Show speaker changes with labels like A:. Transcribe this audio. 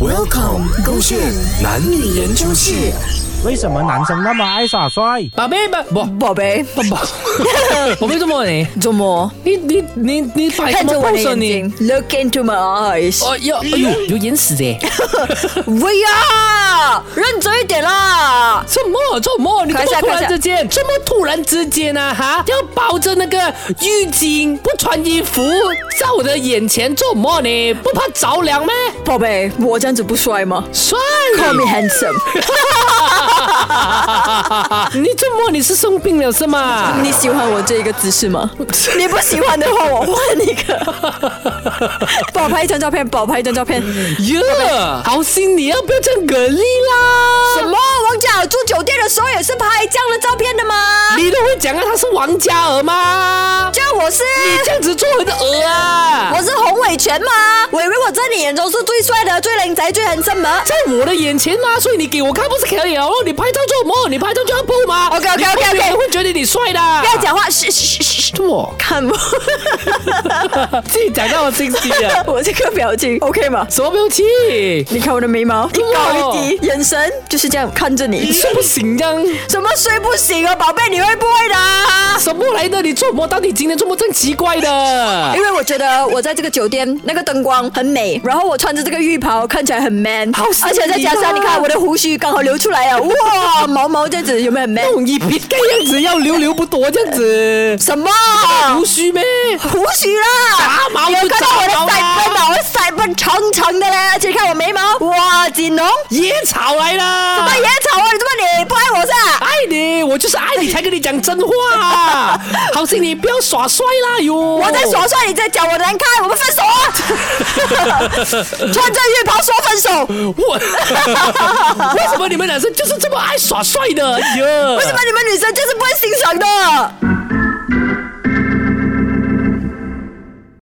A: Welcome，勾线男女研究室。
B: 为什么男生那么爱耍帅？
C: 宝贝吧，不，
D: 宝 贝，
C: 宝贝这么你，
D: 怎么
C: 你你你你摆什
D: 看着
C: 么
D: 我的
C: pose 啊
D: 眼
C: 你
D: 睛？？Look into my eyes。
C: 哦哟，哎呦，有眼屎 的，
D: 喂呀，认真一点啦！
C: 什么什么？你怎
D: 看一
C: 么
D: 下
C: 突
D: 看一
C: 然
D: 下
C: 之间？这么突然之间啊？哈，要包着那个浴巾，不穿衣服，在我的眼前做么呢？不怕着凉咩？
D: 宝贝，eh? 我这样子不帅吗
C: 帅，
D: ？Call me handsome。
C: 你这么你是生病了是 吗？
D: 你喜欢我这一个姿势吗？ 你不喜欢的话，我换一 个。帮我拍一张照片，帮我拍一张照片。
C: 哟，好心你要不要这样蛤蜊啦？
D: 什么？王嘉尔住酒店的时候也是拍这样的照片的吗？
C: 你都会讲啊？他是王嘉尔吗？
D: 这样我是
C: 你这样子做人的鹅啊！
D: 我是洪伟全吗？我以为我在你眼中是最帅的、最靓仔、最 handsome 的。
C: 在我的眼前嘛，所以你给我看不是可以哦？你拍照做什么？你拍照就要 po 吗
D: OK，OK，OK，OK
C: 你不会有人会觉得你帅的。
D: 不
C: 不
D: 要，讲话，嘘嘘嘘嘘。
C: 这么
D: 看我，！
C: 自己讲到我心机啊
D: 我这个表情 OK 吗？
C: 什么表情？
D: 你看我的眉毛一高一低，眼神就是这样看着
C: 你
D: 你。
C: 是不行这样？
D: 什么睡不醒啊，宝贝，你会不会的啊？
C: 什么来的？你做什么？到底今天这么正奇怪的
D: 因？为我觉得我在这个酒店那个灯光很美，然后我穿着这个浴袍看起来很 man，
C: 好神奇啊
D: 而且再加上你看我的胡须刚好流出来啊，哇，毛毛这样子有没有很 man？
C: 那种一皮盖样子，要留留不多这样子，
D: 什么
C: 胡须咩？
D: 胡须啦？
C: 拔毛
D: 你有
C: 就
D: 看到
C: 拔
D: 我的
C: 毛
D: 腮
C: 啊
D: 帮吗？我的腮帮长长的嘞，而且看我眉毛，哇，锦龙，
C: 野草来了！
D: 大野草啊，你这么你不爱我是吧？
C: 爱你，我就是爱你才跟你讲真话啊。好心你不要耍帅啦哟！
D: 我
C: 我
D: 在耍帅，你在讲我难看，我们分手啊！穿着浴袍说分手，为
C: 我为 什么你们男生就是这么爱耍帅的？哎呀，为
D: 什么你们女生就是不会欣赏的？